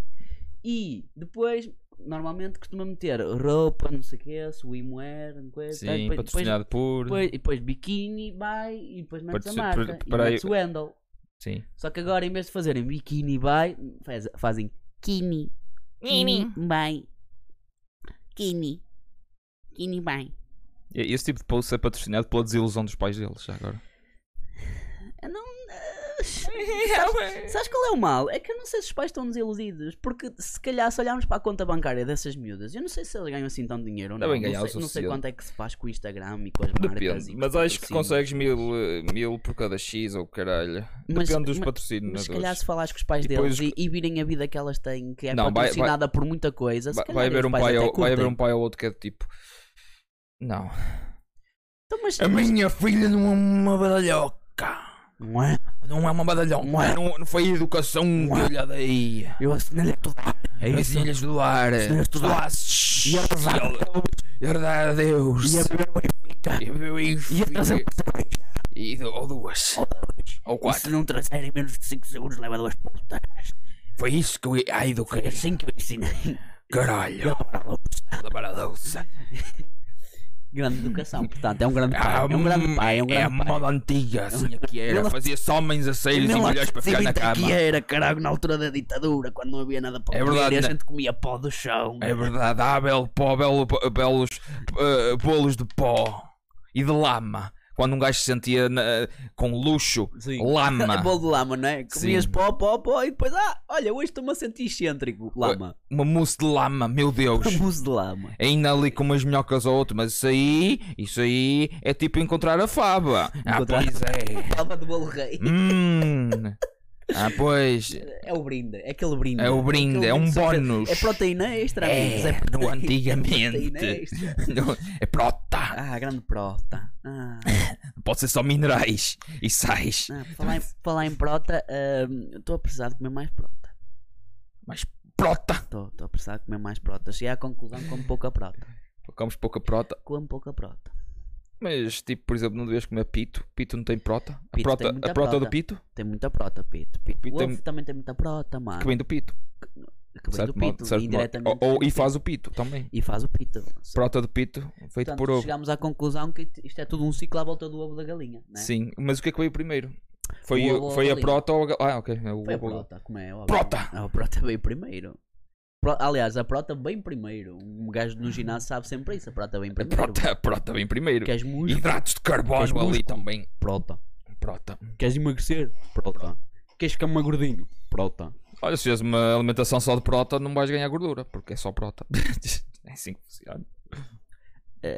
[SPEAKER 2] E depois, normalmente costuma meter roupa, não sei o que, swimwear, não coisa, tal,
[SPEAKER 1] Sim, patrocinado por.
[SPEAKER 2] depois, e depois biquíni, vai, e depois metes a
[SPEAKER 1] Patrocin-
[SPEAKER 2] marca,
[SPEAKER 1] pre-
[SPEAKER 2] e
[SPEAKER 1] peraí.
[SPEAKER 2] metes o handle.
[SPEAKER 1] Sim.
[SPEAKER 2] Só que agora em vez de fazerem biquíni, vai, faz- fazem kini, kini, vai, kini, kini, vai.
[SPEAKER 1] E- Esse tipo de post é patrocinado pela desilusão dos pais deles, já agora.
[SPEAKER 2] Eu não. Sabes, sabes qual é o mal? É que eu não sei se os pais estão desiludidos. Porque se calhar, se olharmos para a conta bancária dessas miúdas, eu não sei se eles ganham assim tanto dinheiro ou não.
[SPEAKER 1] Devem
[SPEAKER 2] não,
[SPEAKER 1] ganhar o
[SPEAKER 2] sei, não sei
[SPEAKER 1] suficiente.
[SPEAKER 2] quanto é que se faz com o Instagram e com as marcas.
[SPEAKER 1] Depende,
[SPEAKER 2] e com assim.
[SPEAKER 1] mas
[SPEAKER 2] os
[SPEAKER 1] acho que
[SPEAKER 2] patrocínios.
[SPEAKER 1] consegues mil, eh, mil por cada X ou caralho.
[SPEAKER 2] Mas-
[SPEAKER 1] Depende dos
[SPEAKER 2] mas- Mas
[SPEAKER 1] patrocinadores.
[SPEAKER 2] se calhar, se falares com os pais
[SPEAKER 1] E depois
[SPEAKER 2] deles e, e virem a vida que elas têm, que é
[SPEAKER 1] Não, vai-
[SPEAKER 2] patrocinada por muita coisa, se
[SPEAKER 1] Vai-
[SPEAKER 2] calhar
[SPEAKER 1] vai,
[SPEAKER 2] os
[SPEAKER 1] haver um
[SPEAKER 2] pais
[SPEAKER 1] pai
[SPEAKER 2] até
[SPEAKER 1] ou, vai haver
[SPEAKER 2] curtem.
[SPEAKER 1] um pai ou outro que é tipo. Não.
[SPEAKER 2] Então, mas-
[SPEAKER 1] A minha filha não é uma badalhoca.
[SPEAKER 2] Não é?
[SPEAKER 1] Não é uma badalhoca.
[SPEAKER 2] Não é.
[SPEAKER 1] Não, não foi a educação que eu lhe dei.
[SPEAKER 2] Eu assinei-lhe tudo.
[SPEAKER 1] É ensinei-lhe a estudar.
[SPEAKER 2] Ensinei-lhe a estudar.
[SPEAKER 1] Estudasse.
[SPEAKER 2] E a rezar.
[SPEAKER 1] E a rezar a Deus.
[SPEAKER 2] E a beber Benfica.
[SPEAKER 1] E a beber Benfica.
[SPEAKER 2] E a trazer um cerveja.
[SPEAKER 1] E do- ou duas. Ou
[SPEAKER 2] E
[SPEAKER 1] quatro.
[SPEAKER 2] se não trazerem menos de 5 segundos, leva duas putas.
[SPEAKER 1] Foi isso que eu. Ai do
[SPEAKER 2] Foi
[SPEAKER 1] que.
[SPEAKER 2] assim que eu ensinei.
[SPEAKER 1] Caralho. Lavar a louça.
[SPEAKER 2] Grande educação, portanto, é um grande
[SPEAKER 1] Ah,
[SPEAKER 2] pai. É um grande
[SPEAKER 1] hum,
[SPEAKER 2] pai, é um
[SPEAKER 1] é a
[SPEAKER 2] grande pai.
[SPEAKER 1] moda antiga, assim é que era.
[SPEAKER 2] Ela-
[SPEAKER 1] Fazia-se homens a sair e mulheres para ficar na
[SPEAKER 2] 1930
[SPEAKER 1] cama.
[SPEAKER 2] que era, caralho, na altura da ditadura, quando não havia nada para
[SPEAKER 1] É
[SPEAKER 2] comer,
[SPEAKER 1] verdade,
[SPEAKER 2] e a
[SPEAKER 1] né?
[SPEAKER 2] gente comia pó do chão.
[SPEAKER 1] É verdade, há belo pó, belo, pó- belos eh, bolos de pó e de lama. Quando um gajo se sentia na- com luxo,
[SPEAKER 2] Sim.
[SPEAKER 1] lama.
[SPEAKER 2] Bolo de lama, não é? Comias
[SPEAKER 1] Sim.
[SPEAKER 2] pó, pó, pó e depois, ah, olha, hoje estou-me a sentir excêntrico. Lama.
[SPEAKER 1] Uma mousse de lama, meu Deus.
[SPEAKER 2] Abuso de lama.
[SPEAKER 1] Ainda ali com umas minhocas ou outro, mas isso aí, isso aí é tipo encontrar a fava. Ah,
[SPEAKER 2] Encontrar-
[SPEAKER 1] pois é.
[SPEAKER 2] Lama de bolo rei.
[SPEAKER 1] Hum. Ah, pois.
[SPEAKER 2] É o brinde, é aquele brinde.
[SPEAKER 1] É o brinde,
[SPEAKER 2] Aquele
[SPEAKER 1] é um
[SPEAKER 2] surpresa.
[SPEAKER 1] bónus.
[SPEAKER 2] É proteína extra, amigos,
[SPEAKER 1] É, no
[SPEAKER 2] proteína- proteína
[SPEAKER 1] antigamente.
[SPEAKER 2] extra.
[SPEAKER 1] No- É prota.
[SPEAKER 2] Ah, grande prota. Ah.
[SPEAKER 1] Pode ser só minerais e sais.
[SPEAKER 2] Ah, por falar, em, por falar em prota, ahm, estou a precisar de comer mais prota.
[SPEAKER 1] Mas prota.
[SPEAKER 2] Estou estou a precisar de comer mais prota. Cheguei à conclusão que como pouca prota.
[SPEAKER 1] Comes pouca prota.
[SPEAKER 2] Como pouca prota.
[SPEAKER 1] Mas, tipo, por exemplo, não devias comer pito. Pito não tem prota. A
[SPEAKER 2] Pito
[SPEAKER 1] prota,
[SPEAKER 2] tem
[SPEAKER 1] a
[SPEAKER 2] muita
[SPEAKER 1] prota, do
[SPEAKER 2] prota.
[SPEAKER 1] pito,
[SPEAKER 2] Tem muita prota, Pito. Pito.
[SPEAKER 1] Pito
[SPEAKER 2] o
[SPEAKER 1] tem-
[SPEAKER 2] ovo também tem muita prota, mano.
[SPEAKER 1] que vem do pito.
[SPEAKER 2] Ah. Que vem
[SPEAKER 1] certo
[SPEAKER 2] do
[SPEAKER 1] modo,
[SPEAKER 2] Pito,
[SPEAKER 1] certo modo.
[SPEAKER 2] indiretamente.
[SPEAKER 1] Ou- ou-
[SPEAKER 2] vem
[SPEAKER 1] e
[SPEAKER 2] do
[SPEAKER 1] faz o pito também.
[SPEAKER 2] Pito. E faz o Pito.
[SPEAKER 1] Prota do pito, feito
[SPEAKER 2] Portanto,
[SPEAKER 1] por ovo.
[SPEAKER 2] chegámos à conclusão que isto é tudo um ciclo à volta do ovo da galinha, né?
[SPEAKER 1] Sim, mas o que é que veio primeiro? Foi,
[SPEAKER 2] O
[SPEAKER 1] o-
[SPEAKER 2] ovo ou a
[SPEAKER 1] foi a
[SPEAKER 2] galinha?
[SPEAKER 1] prota ou a... ga- Ah, ok. é o
[SPEAKER 2] Foi a
[SPEAKER 1] ovo.
[SPEAKER 2] prota, como é óbvio.
[SPEAKER 1] Prota!
[SPEAKER 2] A prota veio primeiro. Pro- Aliás, a prota bem primeiro. Um gajo no ginásio sabe sempre isso. A prota bem
[SPEAKER 1] A
[SPEAKER 2] primeiro.
[SPEAKER 1] É prota, a prota vem primeiro.
[SPEAKER 2] Queres músculo?
[SPEAKER 1] Hidratos de
[SPEAKER 2] Queres
[SPEAKER 1] carbono ali
[SPEAKER 2] músculo?
[SPEAKER 1] também.
[SPEAKER 2] Prota.
[SPEAKER 1] Prota.
[SPEAKER 2] Queres emagrecer? Prota. Queres ficar magordinho? Prota.
[SPEAKER 1] Olha, se fizeres uma alimentação só de prota, não vais ganhar gordura, porque é só prota. é assim que funciona.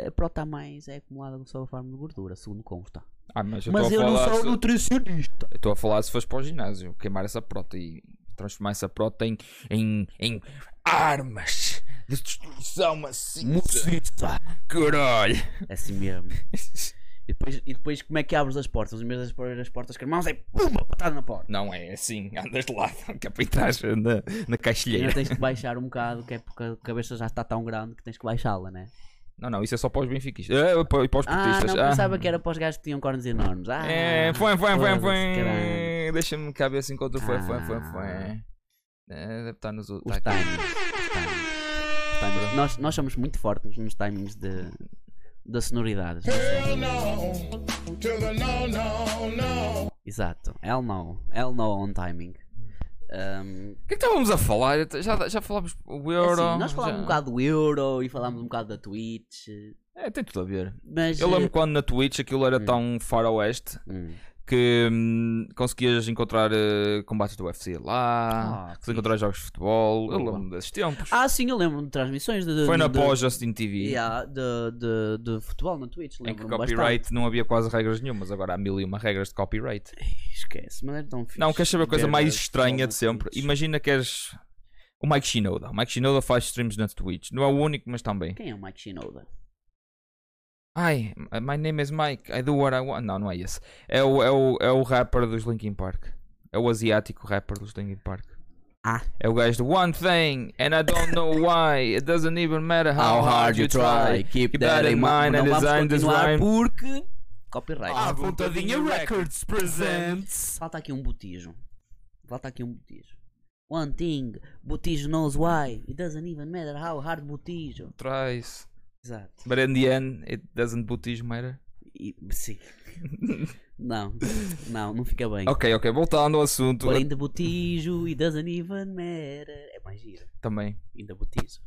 [SPEAKER 2] a prota Eh, mais é acumulada de sua forma de gordura, segundo consta.
[SPEAKER 1] Ah, mas eu
[SPEAKER 2] Mas
[SPEAKER 1] estou
[SPEAKER 2] eu
[SPEAKER 1] a
[SPEAKER 2] não
[SPEAKER 1] falar
[SPEAKER 2] sou
[SPEAKER 1] se-
[SPEAKER 2] nutricionista.
[SPEAKER 1] eu Estou a falar se fores para o ginásio, queimar essa prota e transformar essa prota em, em, em armas de destruição maciça.
[SPEAKER 2] Nutricionista.
[SPEAKER 1] Caralho!
[SPEAKER 2] Assim mesmo. E depois, e depois como é que abres as portas? Em vez de abrir as portas com as mãos, é pumba, patada na porta.
[SPEAKER 1] Não é assim, andas de lado, que é para entrar na, na
[SPEAKER 2] E ainda
[SPEAKER 1] caixilheira.
[SPEAKER 2] tens de baixar um bocado, que é porque a cabeça já está tão grande que tens que baixá-la, né?
[SPEAKER 1] Não, não, isso é só para os benfiquistas. É, para, e para os
[SPEAKER 2] Ah,
[SPEAKER 1] portistas.
[SPEAKER 2] não pensava que era para os gajos que tinham cornos enormes. Ah,
[SPEAKER 1] É, foi, foi, foi,
[SPEAKER 2] foda-se,
[SPEAKER 1] foi.
[SPEAKER 2] caralho.
[SPEAKER 1] Deixa-me caber assim enquanto foi, foi, foi,
[SPEAKER 2] Ah.
[SPEAKER 1] foi. É, deve estar nos outros.
[SPEAKER 2] Os
[SPEAKER 1] Tá aqui.
[SPEAKER 2] timings. os timings, os timings. Nós, nós somos muito fortes nos timings de, da sonoridade.
[SPEAKER 3] no to the no no no.
[SPEAKER 2] Exato. Hell no. Hell no on timing. Um,
[SPEAKER 1] O que é que estávamos a falar? Eu te- Já, já falámos o
[SPEAKER 2] é assim,
[SPEAKER 1] euro.
[SPEAKER 2] nós falámos
[SPEAKER 1] já...
[SPEAKER 2] um bocado do Euro e falámos um bocado da Twitch.
[SPEAKER 1] É, tem tudo a ver.
[SPEAKER 2] Mas.
[SPEAKER 1] Eu
[SPEAKER 2] eh,
[SPEAKER 1] lembro quando na Twitch aquilo era tão faroeste
[SPEAKER 2] hum,
[SPEAKER 1] que hum, conseguias encontrar eh, combates do UFC lá,
[SPEAKER 2] Ah,
[SPEAKER 1] conseguias encontrar jogos de futebol. Eu
[SPEAKER 2] Boa.
[SPEAKER 1] lembro desses tempos.
[SPEAKER 2] Ah, sim, eu lembro-me de transmissões de, de-
[SPEAKER 1] Foi na
[SPEAKER 2] de-
[SPEAKER 1] pós-Justin TV.
[SPEAKER 2] Yeah, de, de, de futebol na Twitch,
[SPEAKER 1] Em que
[SPEAKER 2] lembro-me
[SPEAKER 1] copyright
[SPEAKER 2] bastante.
[SPEAKER 1] não havia quase regras nenhumas, agora há mil e uma regras de copyright.
[SPEAKER 2] Esquece, mas era tão fixe.
[SPEAKER 1] Não, queres saber a coisa
[SPEAKER 2] ver
[SPEAKER 1] mais
[SPEAKER 2] futebol
[SPEAKER 1] estranha
[SPEAKER 2] na
[SPEAKER 1] de sempre?
[SPEAKER 2] Twitch.
[SPEAKER 1] Imagina que és o Mike Shinoda. O Mike Shinoda faz streams na Twitch. Não é o único, mas também.
[SPEAKER 2] Quem é o Mike Shinoda?
[SPEAKER 1] Ai, my name is Mike. I do what I want. Não, não é esse. É o, é o, é o rapper dos Linkin Park. É o asiático rapper dos Linkin Park.
[SPEAKER 2] Ah.
[SPEAKER 1] É o gajo do One Thing, and I don't know why. It doesn't even matter how, hard you try. Keep that in mind and
[SPEAKER 2] Não vamos
[SPEAKER 1] design this
[SPEAKER 2] continuar
[SPEAKER 1] rhyme.
[SPEAKER 2] porque... Copyright.
[SPEAKER 1] A Vontadinha Records presents.
[SPEAKER 2] Falta aqui um botijo. Falta aqui um botijo. One thing, botijo knows why. It doesn't even matter how hard botijo.
[SPEAKER 1] Tries.
[SPEAKER 2] Exato.
[SPEAKER 1] But in the end, it doesn't booties matter.
[SPEAKER 2] E, sim. não, não, não fica bem.
[SPEAKER 1] Ok, ok, voltando ao assunto.
[SPEAKER 2] Porém de botijo, it doesn't even matter. É mais giro.
[SPEAKER 1] Também.
[SPEAKER 2] Ainda botijo.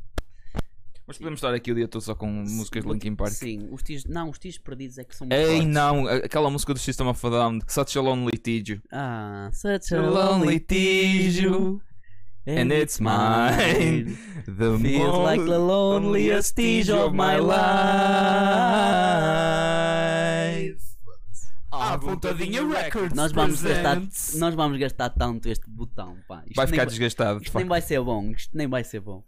[SPEAKER 1] Mas podemos estar aqui o dia todo só com músicas de Linkin Park.
[SPEAKER 2] Sim, os tios, não, os tios perdidos é que são muito
[SPEAKER 1] Ei,
[SPEAKER 2] fortes.
[SPEAKER 1] não, aquela música do System of a Down, Such a Lonely Tígio.
[SPEAKER 2] Ah, such
[SPEAKER 1] A
[SPEAKER 2] a
[SPEAKER 1] lonely
[SPEAKER 2] lonely
[SPEAKER 1] tissue,
[SPEAKER 2] tissue.
[SPEAKER 1] and it's mine. The
[SPEAKER 2] Feels like the loneliest tissue of my life. Ah,
[SPEAKER 1] A Vontadinha Records
[SPEAKER 2] Nós vamos gastar, nós vamos gastar tanto este botão, pá. Isto
[SPEAKER 1] Vai
[SPEAKER 2] nem
[SPEAKER 1] ficar desgastado. de
[SPEAKER 2] Isto nem
[SPEAKER 1] facto.
[SPEAKER 2] vai ser bom, isto nem vai ser bom.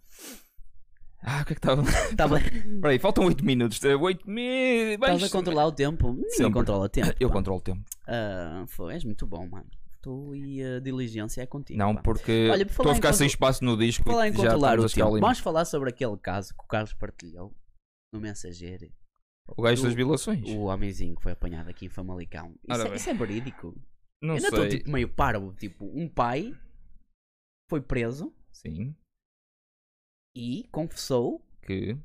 [SPEAKER 1] Ah, o que é que estava.
[SPEAKER 2] Estava
[SPEAKER 1] Espera aí, faltam 8 minutos. Eh, 8 minutos.
[SPEAKER 2] estás a controlar o tempo? Ninguém
[SPEAKER 1] Sempre.
[SPEAKER 2] controla o tempo.
[SPEAKER 1] Eu
[SPEAKER 2] pá.
[SPEAKER 1] controlo o tempo.
[SPEAKER 2] Ah, foi, és muito bom, mano. Tu e a diligência é contigo.
[SPEAKER 1] Não,
[SPEAKER 2] pá.
[SPEAKER 1] porque
[SPEAKER 2] Olha, por
[SPEAKER 1] estou
[SPEAKER 2] falar
[SPEAKER 1] a
[SPEAKER 2] em
[SPEAKER 1] ficar sem
[SPEAKER 2] contro-
[SPEAKER 1] espaço no disco.
[SPEAKER 2] Falar
[SPEAKER 1] e
[SPEAKER 2] em
[SPEAKER 1] já
[SPEAKER 2] controlar
[SPEAKER 1] estamos
[SPEAKER 2] o
[SPEAKER 1] a chegar ao
[SPEAKER 2] tempo.
[SPEAKER 1] limite.
[SPEAKER 2] Vamos falar sobre aquele caso que o Carlos partilhou no mensageiro.
[SPEAKER 1] O gajo das
[SPEAKER 2] o-
[SPEAKER 1] violações.
[SPEAKER 2] O homenzinho que foi apanhado aqui em Famalicão. Isso,
[SPEAKER 1] Ora
[SPEAKER 2] é,
[SPEAKER 1] bem.
[SPEAKER 2] isso é verídico.
[SPEAKER 1] Não
[SPEAKER 2] Eu ainda estou
[SPEAKER 1] sei.
[SPEAKER 2] tipo meio parvo. Tipo, um pai foi preso
[SPEAKER 1] Sim,
[SPEAKER 2] e confessou,
[SPEAKER 1] que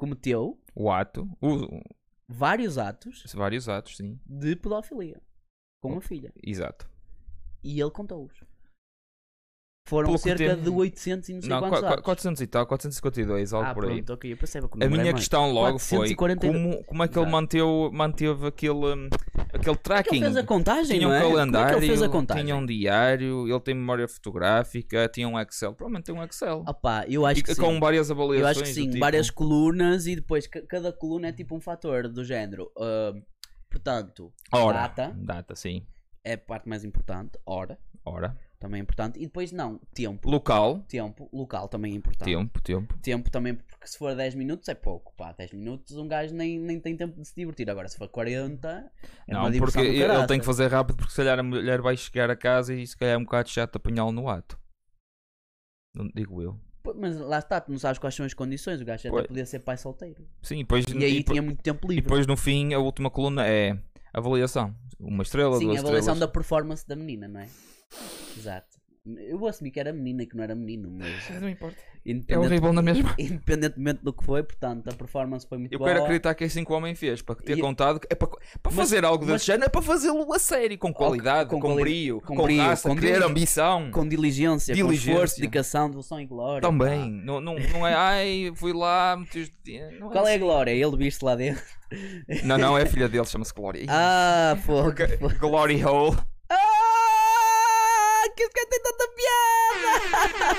[SPEAKER 2] cometeu
[SPEAKER 1] o ato, o-
[SPEAKER 2] vários atos
[SPEAKER 1] vários atos, sim,
[SPEAKER 2] de pedofilia com
[SPEAKER 1] Oh.
[SPEAKER 2] uma filha.
[SPEAKER 1] exato.
[SPEAKER 2] E ele contou-os. Foram
[SPEAKER 1] Pelo que
[SPEAKER 2] cerca
[SPEAKER 1] teve-
[SPEAKER 2] de 800 e não sei
[SPEAKER 1] Não,
[SPEAKER 2] quantos
[SPEAKER 1] qua- qua-
[SPEAKER 2] atos.
[SPEAKER 1] 400 e tal, 452, algo
[SPEAKER 2] ah,
[SPEAKER 1] por aí.
[SPEAKER 2] pronto, ok. Eu pensava que o
[SPEAKER 1] A
[SPEAKER 2] número é
[SPEAKER 1] minha
[SPEAKER 2] mais.
[SPEAKER 1] questão logo foi
[SPEAKER 2] 442.
[SPEAKER 1] como, como é que ele
[SPEAKER 2] Exato.
[SPEAKER 1] manteu, manteve aquele, hum, aquele
[SPEAKER 2] Como é que
[SPEAKER 1] tracking.
[SPEAKER 2] ele fez a contagem,
[SPEAKER 1] Tinha um
[SPEAKER 2] não é? Como é que
[SPEAKER 1] calendário,
[SPEAKER 2] ele fez a contagem?
[SPEAKER 1] tinha um diário, ele tem memória fotográfica, tinha um Excel, provavelmente tem um Excel.
[SPEAKER 2] Opa, Ah, eu acho
[SPEAKER 1] E
[SPEAKER 2] que sim.
[SPEAKER 1] com várias
[SPEAKER 2] Eu
[SPEAKER 1] avaliações.
[SPEAKER 2] acho que
[SPEAKER 1] do
[SPEAKER 2] sim,
[SPEAKER 1] tipo,
[SPEAKER 2] várias colunas e depois ca- cada coluna é tipo um fator do género. Ahm, portanto,
[SPEAKER 1] Hora.
[SPEAKER 2] data.
[SPEAKER 1] Data, sim.
[SPEAKER 2] é a parte mais importante, hora,
[SPEAKER 1] Hora.
[SPEAKER 2] também é importante, e depois não, tempo,
[SPEAKER 1] Local.
[SPEAKER 2] tempo, local também é importante.
[SPEAKER 1] Tempo, tempo.
[SPEAKER 2] Tempo também, porque se for 10 minutos é pouco, pá, 10 minutos um gajo nem, nem tem tempo de se divertir, agora se for 40 é
[SPEAKER 1] não,
[SPEAKER 2] uma
[SPEAKER 1] porque
[SPEAKER 2] diversão do
[SPEAKER 1] ele tem que
[SPEAKER 2] caraças.
[SPEAKER 1] fazer rápido porque se calhar a mulher vai chegar a casa e se calhar é um bocado chato apanhá-lo no ato. Não digo eu.
[SPEAKER 2] Pô, Mas lá está, tu não sabes quais são as condições, o gajo
[SPEAKER 1] Pois.
[SPEAKER 2] até podia ser pai solteiro.
[SPEAKER 1] Sim, depois,
[SPEAKER 2] E aí
[SPEAKER 1] e depo-
[SPEAKER 2] tinha muito tempo
[SPEAKER 1] e
[SPEAKER 2] livre.
[SPEAKER 1] depois no fim a última coluna é avaliação. Uma estrela,
[SPEAKER 2] Sim,
[SPEAKER 1] duas
[SPEAKER 2] a avaliação
[SPEAKER 1] estrelas.
[SPEAKER 2] da performance da menina, não é? Exato. Eu vou assumir que era menina e que não era menino, mas
[SPEAKER 1] Não importa. É
[SPEAKER 2] independente-
[SPEAKER 1] horrível na mesma.
[SPEAKER 2] independentemente do que foi, portanto, a performance foi muito
[SPEAKER 1] Eu
[SPEAKER 2] boa.
[SPEAKER 1] quero acreditar que é assim que o homem fez, para ter
[SPEAKER 2] E-
[SPEAKER 1] contado. que- É para, para
[SPEAKER 2] Mas-
[SPEAKER 1] fazer algo desse
[SPEAKER 2] mas-
[SPEAKER 1] género, é para fazê-lo a sério, com qualidade, com,
[SPEAKER 2] com quali-
[SPEAKER 1] brilho, com,
[SPEAKER 2] com brilho,
[SPEAKER 1] raça,
[SPEAKER 2] com
[SPEAKER 1] querer
[SPEAKER 2] brilho.
[SPEAKER 1] ambição.
[SPEAKER 2] com diligência,
[SPEAKER 1] Diligência.
[SPEAKER 2] com esforço, dedicação, devoção e glória.
[SPEAKER 1] Também.
[SPEAKER 2] pá.
[SPEAKER 1] Não, não, não é, ai, fui lá, meti os dedos. Não
[SPEAKER 2] Qual é a
[SPEAKER 1] assim.
[SPEAKER 2] glória? Ele viste lá dentro.
[SPEAKER 1] Não, não, é a filha dele, chama-se Glória.
[SPEAKER 2] Ah, fogo. fogo.
[SPEAKER 1] Glory Hole.
[SPEAKER 2] Ah, que esse cara tem tanta piada!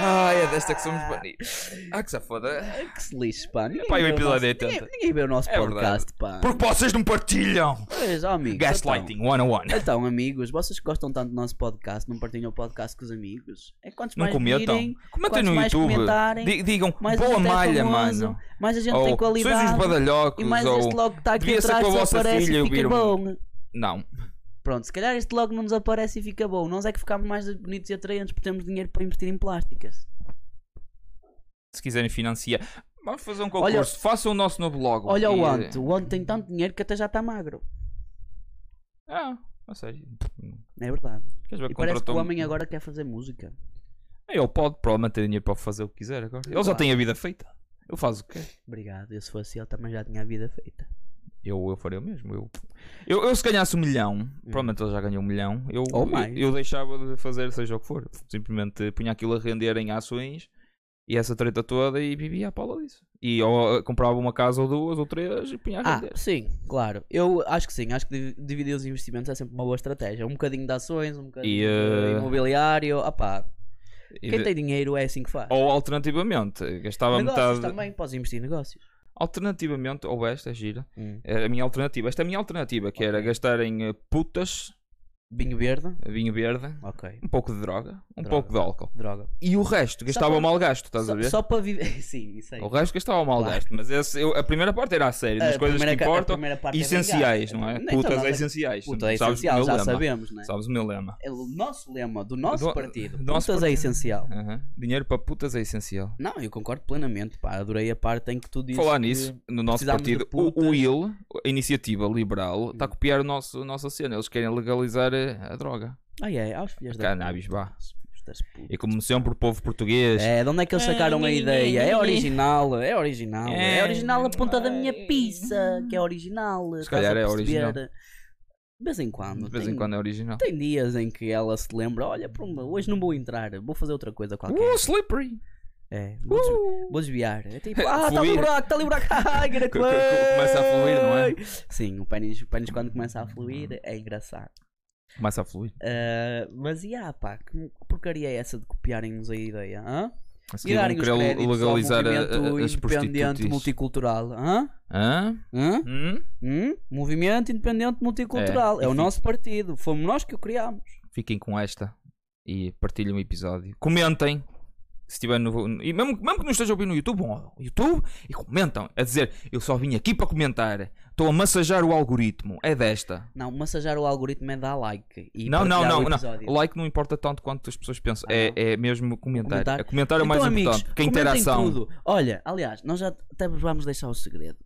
[SPEAKER 1] Ai, é desta que somos banidos. Ah, que se foda.
[SPEAKER 2] Ah, Que se lixe, pá. Ninguém
[SPEAKER 1] Pá, e o
[SPEAKER 2] vê
[SPEAKER 1] episódio
[SPEAKER 2] nosso-
[SPEAKER 1] é 80.
[SPEAKER 2] Ninguém, ninguém vê o nosso
[SPEAKER 1] É verdade.
[SPEAKER 2] podcast, pá.
[SPEAKER 1] Porque vocês não partilham.
[SPEAKER 2] Pois, ó, amigos,
[SPEAKER 1] Gaslighting 101.
[SPEAKER 2] Então, então, amigos, vocês que gostam tanto do nosso podcast, não partilham o podcast com os amigos? É quantos
[SPEAKER 1] Não
[SPEAKER 2] mais
[SPEAKER 1] cometam.
[SPEAKER 2] virem,
[SPEAKER 1] Comentem
[SPEAKER 2] quantos
[SPEAKER 1] no
[SPEAKER 2] mais
[SPEAKER 1] YouTube.
[SPEAKER 2] comentarem,
[SPEAKER 1] Di- Oh, Digam
[SPEAKER 2] mais a
[SPEAKER 1] boa
[SPEAKER 2] gente é
[SPEAKER 1] malha,
[SPEAKER 2] famoso,
[SPEAKER 1] mano.
[SPEAKER 2] Mais a gente
[SPEAKER 1] Ou
[SPEAKER 2] tem
[SPEAKER 1] sois os
[SPEAKER 2] qualidade.
[SPEAKER 1] badalhocos.
[SPEAKER 2] E mais
[SPEAKER 1] ou...
[SPEAKER 2] este logo que está aqui
[SPEAKER 1] devia ser
[SPEAKER 2] atrás
[SPEAKER 1] com a vossa
[SPEAKER 2] desaparece
[SPEAKER 1] filha, eu
[SPEAKER 2] e fica
[SPEAKER 1] viro-me.
[SPEAKER 2] bom.
[SPEAKER 1] Não.
[SPEAKER 2] Pronto, se calhar este logo não nos aparece e fica bom. Nós é que ficámos mais bonitos e atraentes porque temos dinheiro para investir em plásticas.
[SPEAKER 1] Se quiserem financiar. Vamos fazer um concurso.
[SPEAKER 2] Olha-
[SPEAKER 1] Façam o nosso novo logo.
[SPEAKER 2] Olha
[SPEAKER 1] E-
[SPEAKER 2] o Ant, o Ant tem tanto dinheiro que até já está magro.
[SPEAKER 1] Ah, não sei.
[SPEAKER 2] É verdade.
[SPEAKER 1] Queres ver
[SPEAKER 2] E
[SPEAKER 1] que
[SPEAKER 2] parece que o
[SPEAKER 1] contratou- um
[SPEAKER 2] homem agora quer fazer música.
[SPEAKER 1] Ele pode, provavelmente, ter dinheiro para fazer o que quiser agora. Ele já
[SPEAKER 2] Claro.
[SPEAKER 1] tem a vida feita. Eu faço o quê?
[SPEAKER 2] Obrigado, eu se fosse ele também já tinha a vida feita.
[SPEAKER 1] Eu, eu faria o mesmo. Eu, eu, eu se ganhasse um milhão, provavelmente ele já ganhou um milhão, eu,
[SPEAKER 2] Hum. Ou mais.
[SPEAKER 1] eu, eu deixava de fazer seja o que for. Simplesmente punha aquilo a render em ações e essa treta toda e vivia à pala disso. E ou, eh, comprava uma casa ou duas ou três e punha a
[SPEAKER 2] Ah,
[SPEAKER 1] render.
[SPEAKER 2] sim, claro. Eu acho que sim, acho que div- dividir os investimentos é sempre uma boa estratégia. Um bocadinho de ações, um bocadinho
[SPEAKER 1] eh,
[SPEAKER 2] de imobiliário. Ah pá,
[SPEAKER 1] E
[SPEAKER 2] quem
[SPEAKER 1] de-
[SPEAKER 2] tem dinheiro é assim que faz.
[SPEAKER 1] Ou alternativamente, gastava
[SPEAKER 2] negócios
[SPEAKER 1] metade.
[SPEAKER 2] também, podes investir em negócios.
[SPEAKER 1] Alternativamente, ou esta é gira,
[SPEAKER 2] Hum.
[SPEAKER 1] é a minha alternativa. Esta é a minha alternativa, que era gastar em eh, putas,
[SPEAKER 2] Vinho verde,
[SPEAKER 1] vinho verde,
[SPEAKER 2] ok.
[SPEAKER 1] um pouco de droga, um
[SPEAKER 2] Droga.
[SPEAKER 1] pouco de álcool.
[SPEAKER 2] Droga.
[SPEAKER 1] E o resto gastava
[SPEAKER 2] para-
[SPEAKER 1] mal gasto, estás a
[SPEAKER 2] Só,
[SPEAKER 1] ver?
[SPEAKER 2] só para viver. Sim, É isso aí.
[SPEAKER 1] O resto gastava mal
[SPEAKER 2] Claro.
[SPEAKER 1] gasto, mas esse- eu- a primeira parte era a sério, das
[SPEAKER 2] A
[SPEAKER 1] coisas que
[SPEAKER 2] primeira ca- a
[SPEAKER 1] importam,
[SPEAKER 2] primeira parte é
[SPEAKER 1] essenciais,
[SPEAKER 2] vingar.
[SPEAKER 1] não é?
[SPEAKER 2] Então,
[SPEAKER 1] Putas
[SPEAKER 2] nós
[SPEAKER 1] é
[SPEAKER 2] é-
[SPEAKER 1] essenciais.
[SPEAKER 2] Puta é
[SPEAKER 1] sabes
[SPEAKER 2] essencial,
[SPEAKER 1] o meu
[SPEAKER 2] já
[SPEAKER 1] lema.
[SPEAKER 2] sabemos, né?
[SPEAKER 1] Sabes o meu lema.
[SPEAKER 2] É o nosso lema do nosso
[SPEAKER 1] Do-
[SPEAKER 2] partido.
[SPEAKER 1] do nosso
[SPEAKER 2] Putas é
[SPEAKER 1] partido.
[SPEAKER 2] essencial.
[SPEAKER 1] Aham. Dinheiro para putas é essencial.
[SPEAKER 2] Não, eu concordo plenamente, pá. Adorei a parte em que tu dizes.
[SPEAKER 1] Falar
[SPEAKER 2] que-
[SPEAKER 1] nisso, no nosso
[SPEAKER 2] precisamos de
[SPEAKER 1] partido, o-
[SPEAKER 2] putas. Hum.
[SPEAKER 1] o IL, a Iniciativa Liberal, está a copiar o nosso, a nossa cena. Eles querem legalizar a, a droga.
[SPEAKER 2] Ai, ai, aos filhos da.
[SPEAKER 1] Cannabis, vá.
[SPEAKER 2] Aos filhos das putas.
[SPEAKER 1] E como sempre, o povo português.
[SPEAKER 2] É, de onde é que eles sacaram a ideia? É original, é original. É,
[SPEAKER 1] É.
[SPEAKER 2] original a ponta da minha pizza, que é original.
[SPEAKER 1] Se
[SPEAKER 2] estás
[SPEAKER 1] calhar
[SPEAKER 2] a
[SPEAKER 1] é
[SPEAKER 2] perceber?
[SPEAKER 1] original.
[SPEAKER 2] De vez em quando.
[SPEAKER 1] De vez
[SPEAKER 2] tem-
[SPEAKER 1] em quando é original.
[SPEAKER 2] Tem dias em que ela se lembra, olha, puma, hoje não vou entrar, vou fazer outra coisa qualquer.
[SPEAKER 1] Uh, slippery!
[SPEAKER 2] É, vou, desvi-
[SPEAKER 1] Uh!
[SPEAKER 2] vou desviar. É tipo, ah, está ali
[SPEAKER 1] Fluir.
[SPEAKER 2] o buraco, está ali o buraco. Ai, que era
[SPEAKER 1] Co- co- começa a fluir, não é?
[SPEAKER 2] Sim, o pênis, o pênis quando começa a fluir é engraçado.
[SPEAKER 1] Começa a fluir.
[SPEAKER 2] Ah, mas e ah, pá, que porcaria é essa de copiarem-nos a ideia? Hã?
[SPEAKER 1] A seguir
[SPEAKER 2] E
[SPEAKER 1] vão
[SPEAKER 2] darem os
[SPEAKER 1] querer
[SPEAKER 2] créditos
[SPEAKER 1] legalizar
[SPEAKER 2] ao
[SPEAKER 1] a- a-
[SPEAKER 2] movimento
[SPEAKER 1] as
[SPEAKER 2] independente
[SPEAKER 1] prostitutas.
[SPEAKER 2] multicultural. Hã?
[SPEAKER 1] Hã?
[SPEAKER 2] Hã?
[SPEAKER 1] Hum?
[SPEAKER 2] Hum? Movimento independente multicultural. É, o
[SPEAKER 1] enfim.
[SPEAKER 2] nosso partido. Fomos nós que o criámos.
[SPEAKER 1] fiquem com esta e partilhem o episódio. Comentem se estiver no. E mesmo, mesmo que não esteja a ouvir no YouTube, vão ao YouTube e comentam. A dizer, eu só vim aqui para comentar. Estou a massajar o algoritmo. É desta.
[SPEAKER 2] Não, massajar o algoritmo é dar like. E
[SPEAKER 1] não, não,
[SPEAKER 2] partilhar
[SPEAKER 1] não,
[SPEAKER 2] o episódio.
[SPEAKER 1] não. Like não importa tanto quanto as pessoas pensam.
[SPEAKER 2] Ah,
[SPEAKER 1] é,
[SPEAKER 2] não.
[SPEAKER 1] é mesmo comentar.
[SPEAKER 2] Comentar.
[SPEAKER 1] A comentar é o
[SPEAKER 2] Então,
[SPEAKER 1] mais
[SPEAKER 2] amigos,
[SPEAKER 1] importante. Que a
[SPEAKER 2] comentem
[SPEAKER 1] interação.
[SPEAKER 2] Tudo. Olha, aliás, nós já até vos vamos deixar o segredo.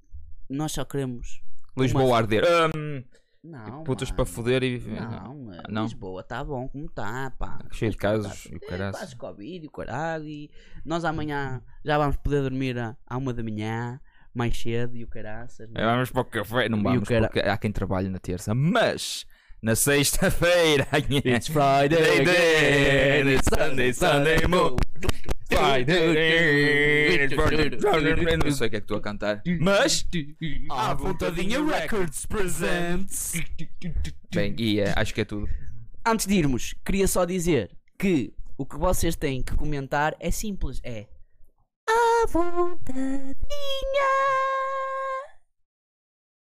[SPEAKER 2] Nós só queremos.
[SPEAKER 1] Lisboa
[SPEAKER 2] Uma-
[SPEAKER 1] arder. Hum,
[SPEAKER 2] Não.
[SPEAKER 1] putas
[SPEAKER 2] mano.
[SPEAKER 1] para foder e.
[SPEAKER 2] Não, mano.
[SPEAKER 1] não.
[SPEAKER 2] Lisboa tá bom como tá, pá.
[SPEAKER 1] Cheio de casos e o
[SPEAKER 2] É,
[SPEAKER 1] caraças.
[SPEAKER 2] pá, de Covid e o caralho. E nós amanhã já vamos poder dormir à à uma da manhã, mais cedo e o caraças.
[SPEAKER 1] É,
[SPEAKER 2] né?
[SPEAKER 1] Vamos para o café.
[SPEAKER 2] E
[SPEAKER 1] Não
[SPEAKER 2] o
[SPEAKER 1] vamos,
[SPEAKER 2] cara-
[SPEAKER 1] porque há quem trabalhe na terça. Mas. Na sexta-feira.
[SPEAKER 2] It's Friday again, it's Sunday, Sunday morning.
[SPEAKER 1] Não sei o que é que estou a cantar. Mas.
[SPEAKER 2] À Vontadinha
[SPEAKER 1] Records presents. Bem, e é, acho que é tudo.
[SPEAKER 2] Antes de irmos, queria só dizer que o que vocês têm que comentar é simples, é... A vontadinha!